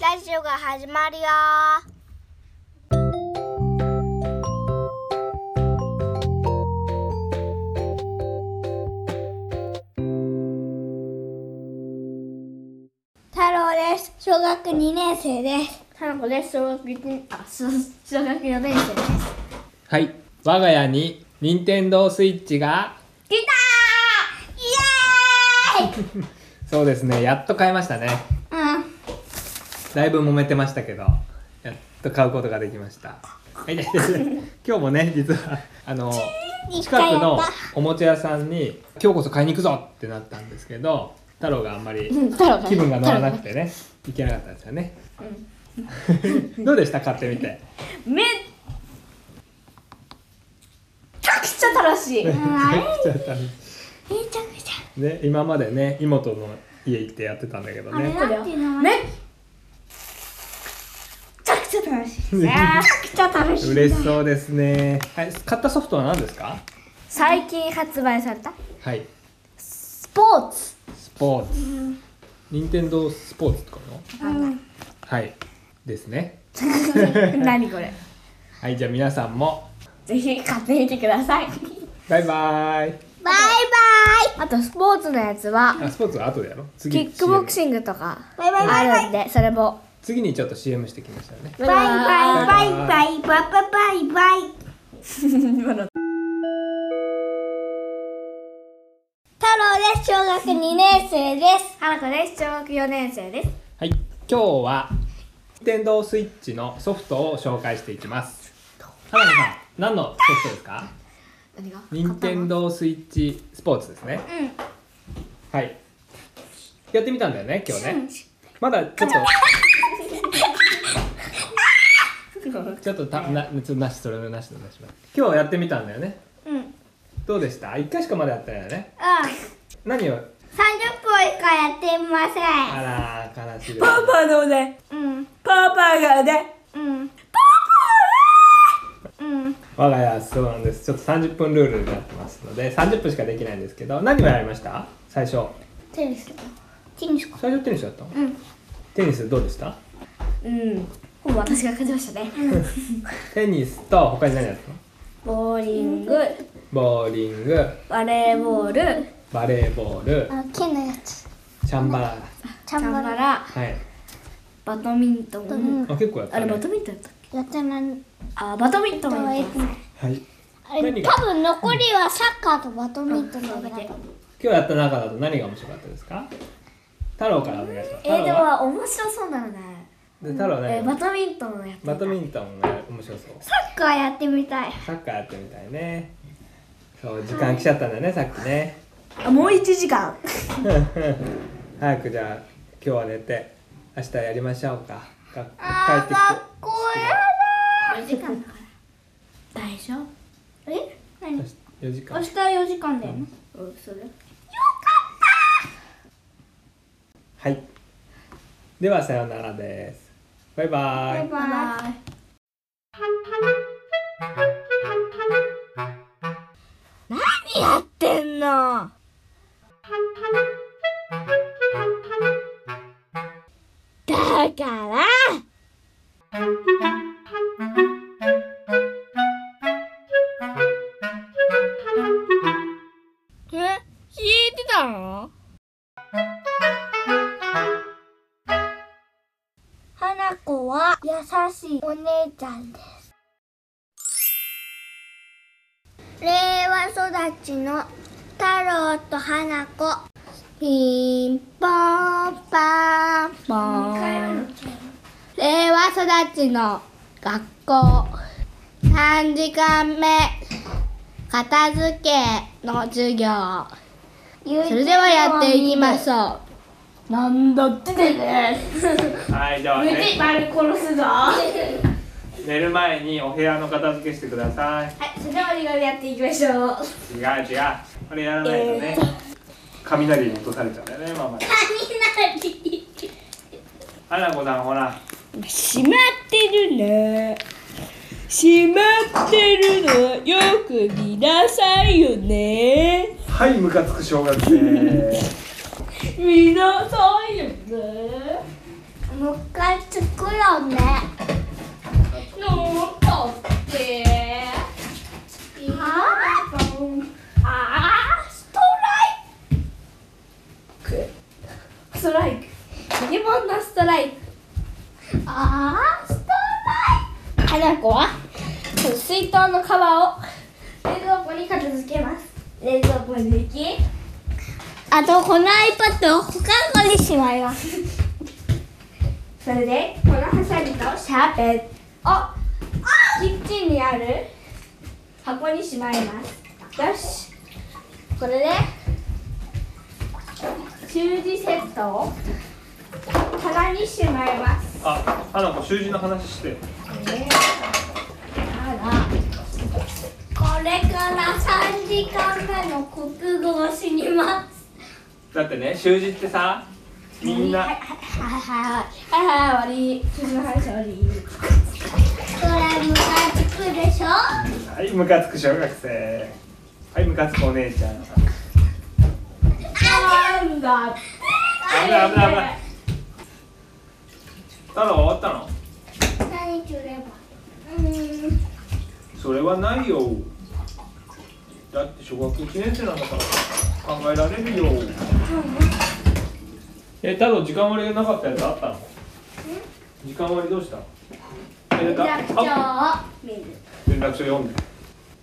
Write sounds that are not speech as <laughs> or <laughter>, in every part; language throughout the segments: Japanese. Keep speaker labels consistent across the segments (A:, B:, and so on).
A: ラジオが始まるよ太郎です小学2年生です
B: 花子です。小学1あ、小小学4年生です。
C: はい我が家に任天堂スイッチが
A: 来たーイエーイ
C: そうですねやっと買いましたね
A: うん
C: だいぶ揉めてましたけどやっと買うことができましたはい <laughs> 痛い痛い痛い今日もね実はあの近くのおもちゃ屋さんに今日こそ買いに行くぞってなったんですけど太郎があんまり
B: 太郎
C: 気分が乗らなくてね行けなかったんですよね <laughs> どうでした買ってみて
B: めっちゃくちゃ楽しい。
C: めち
A: <laughs>
C: ゃ <laughs> くちゃ楽し
A: めちゃくち
C: いね今までね妹の家行ってやってたんだけど
A: ゃあれ
C: ね
A: なんていう名
B: め
A: 前
B: っちゃくちゃ楽しい。めちゃくちゃ楽しい。
C: 嬉しそうですね。はい、買ったソフトは何ですか？
B: 最近発売された
C: はい、
B: スポーツ。
C: スポーツ。任天堂スポーツとかの？
B: うん、
C: はい、ですね。
B: 何これ。
C: はい、じゃあ皆さんも
B: ぜひ買ってみてください。
C: バイバ
A: バ
C: イ。
A: イ
B: あとスポーツのやつは
C: あ、スポーツは後でやろう。次
B: キックボク
C: CM
B: シングとか
A: バイバイバイバイ
B: あるんで、それも。
C: 次にちょっと CM してきましたよね。
A: バイバイバイバイバイバイバイ
B: イバイ。
A: 太郎です小学2年生です
B: 花子です。小学4年生です。
C: はい、今日は任天堂スイッチのソフトを紹介していきます。花子さん、何のソフトですか？
B: 何が
C: 任天堂スイッチスポーツですね。はい。やってみたんだよね、今日ね。まだちょっと。ちょっとたなちょっとなしそれのなしのなしの今日やってみたんだよね
A: うんうん
C: どうでした一回しかまだやってないよね
A: 30
C: 何を
A: 分以下やってませ
C: あらー悲しいです
B: パパのね、
A: んうん
B: パパがね、
A: うんパパうん
C: 我が家はそうなんですちょっと30分ルールになってますので30分しかできないんですけど何をやりました最初
A: テニステニスか
C: 最初テニスだったの
A: うん
C: テニスどうでした
B: うん、ほぼ私が勝ちましたね。
C: テニスと他に何やったの
B: ボーリング、
C: ボーリング
B: バレーボール、
C: バレーボール
A: あ金のやつ
C: チャンバラ
A: チ
B: チャンバラ、
C: はい
B: バドミントン。
A: うん
C: あ結構やった
B: あれ、バ
C: ね
B: ドミントンやったっ
A: やってない
B: けあ、バドミントンやった。
C: はい
A: あれ
C: 何が
A: 多分残りはサッカーとバドミントンだけだと思う
C: 今日やった中だと何が面白かったですか太郎からお願いします太
B: えー、
C: 郎
B: で
C: は
B: も面白そうなのね。
C: で太郎は何
B: え
C: が
B: ー、
C: 面白
B: バ
C: い
B: ドミントンのやつ。
C: バドミントンが面白そう
A: サッカーやってみたい
C: サッカーやってみたいねそう時間来ちゃったんだよねさっきね
B: あ、もう一時間。
C: 早くじゃあ今日は寝て明日やりましょうか学校帰って
A: 学校やだ
B: 4時間だから。大丈
A: え何
C: きて4時
A: 明
C: 間
A: 日4時間だよね
B: 夫うん、そうだよ。
C: はいではさようならですバイバイ
B: バイバイ。
A: 何やってんのだからえ聞いてたの花子は優しいお姉ちゃんです令和育ちの太郎と花子ピンポンパンポン令和育ちの学校3時間目片付けの授業それではやっていきましょうなんだってです
C: はいではね
B: バル殺すぞ。はい、
C: 寝る前にお部屋の片付けしてください
B: それでは、折り紙やっていきましょう。
C: 違う違うこれやらないとね雷に落とされちゃうんだよねママに
A: 雷
C: 花子さんほら
B: 閉まってるね閉まってるのよく見なさいよね
C: はいムカつく小学生
B: 見なさいよね
A: うもう一回作ろうね
B: のとって
A: あ
B: あ
A: ストラ
B: ークストライク平凡なストライク
A: イクあースト
B: 花子は水筒の皮を冷蔵庫に片付けます冷蔵庫に行き
A: ライクあとこの iPad を保管庫にしまいます
B: それでこのハサミとシャーペンをキッチンにある箱にしまいますよしこれで習字セットを棚にしまいます
C: あ、花子習字の話して。
A: これから3時間目の国語をしにます
C: だってね、習字ってさ、みんな。
A: はいはいはい
B: はいはい終わり習字の話終わり
A: これムカつくでしょ
C: はい、ムカつく小学生。はい、ムカつくお姉ちゃん。
B: なんだ
C: 危ない危ない危ない。太郎終わったの。
A: 何すればうーん
C: それはないよ。だって小学一年生なんだから考えられるよ。え、太郎時間割りがなかったやつあったの？時間割りどうした？連絡
A: じゃあ
C: 連絡書読んで。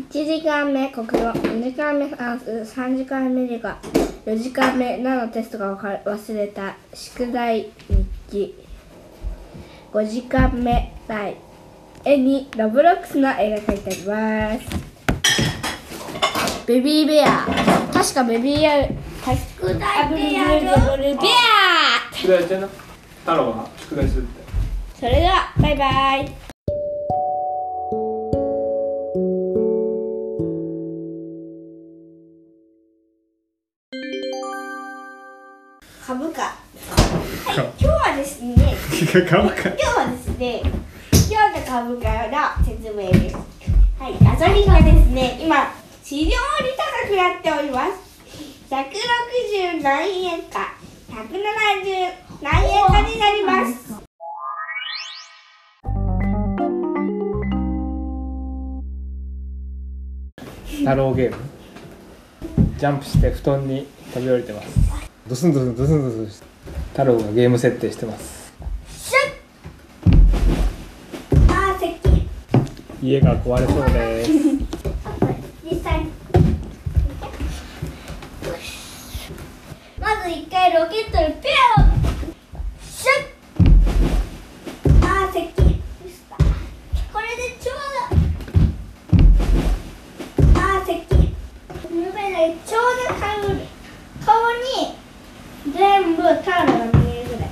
B: 1時間目国語2時間目算数3時間目理科4時間目何のテストかわか忘れた宿題日記5時間目題絵にロブロックスの絵が描いてありますベビーベア確かベビーベア
A: 宿題でやる
B: ベビーベア
C: 宿題やってんな。太郎は宿題するって。
B: それではバイバイ
A: 株価はい今日はですね
C: <laughs> 株価。
A: 今日はですね今日の株価の説明ですはいガソリンがですね今市場より高くなっております160何円か170何円かになります
C: 太郎ゲームジャンプして布団に飛び降りてますドスンドスンドスンドスンして太郎がゲーム設定してます
A: シュッあー石鹸
C: 家が壊れそうです <laughs>
A: 実際にまず一回ロケットでピューシュッあー接近これでちょうどあー接近ぬべないちょうど顔に顔に全部タオルが見えるぐらい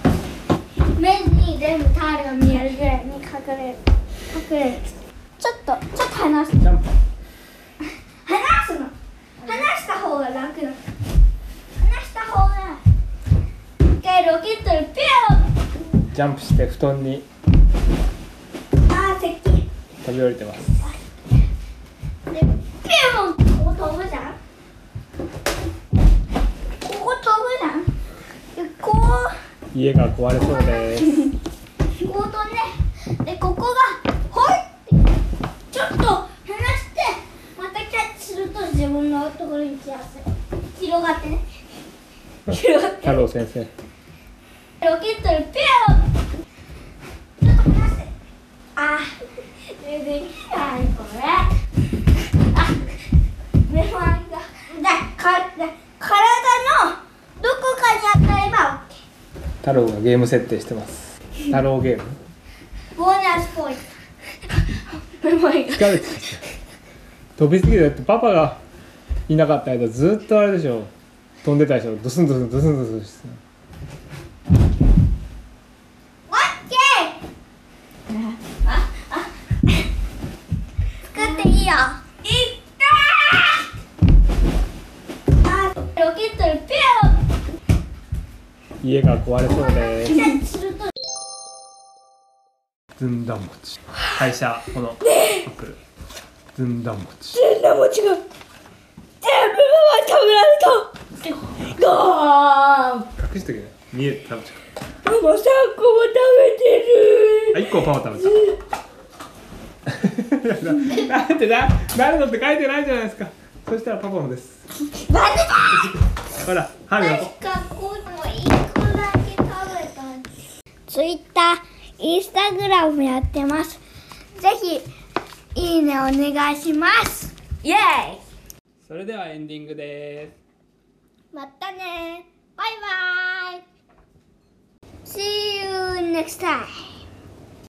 A: 目に全部タオルが見えるぐらいに隠れる隠れるちょっとちょっと離す
C: ジャンプ
A: 話すの話した方が楽なの話した方が一回ロケットでピュ
C: ジャンプして布団に
A: ーあー接近
C: 飛び降りてます
A: でピューンここ飛ぶじゃんここ飛ぶじゃんでこう
C: 家が壊れそうです
A: こう飛んででここがほいってちょっと離してまたキャッチすると自分のところに来やすい広がってね広がって
C: 太郎先生
A: ロケットでピューちょっと離してあーできないこれあめまいがでかで体のどこかに当たれば
C: 太郎がゲーム設定してます太郎ゲーム
A: OK ボーナスポイントめまいが
C: 疲れてきた飛びすぎてだってパパがいなかった間ずっとあれでしょ飛んでたでしょドスンドスンドスンドスンして
A: オッケーああ作っていいよいったーあロケットでピュー
C: 家が壊れそうです
A: キャッチすると
C: ずんだ餅会社この奥ずんだ餅
B: 全然餅が全部食べられたゴーン
C: 隠しとけね見えたぶちゃ
B: ママ3個も食べてる
C: あ、一個パンを食べた。 <laughs> だってな、誰のって書いてないじゃないですか。そしたらパパのです。
A: なんでだ
C: ほら、ハグの。
A: かこうも一個だけ食べたツイッター、インスタグラムやってますぜひいいねお願いします
B: イエーイ
C: それではエンディングです。
A: またねバイバイ See you next time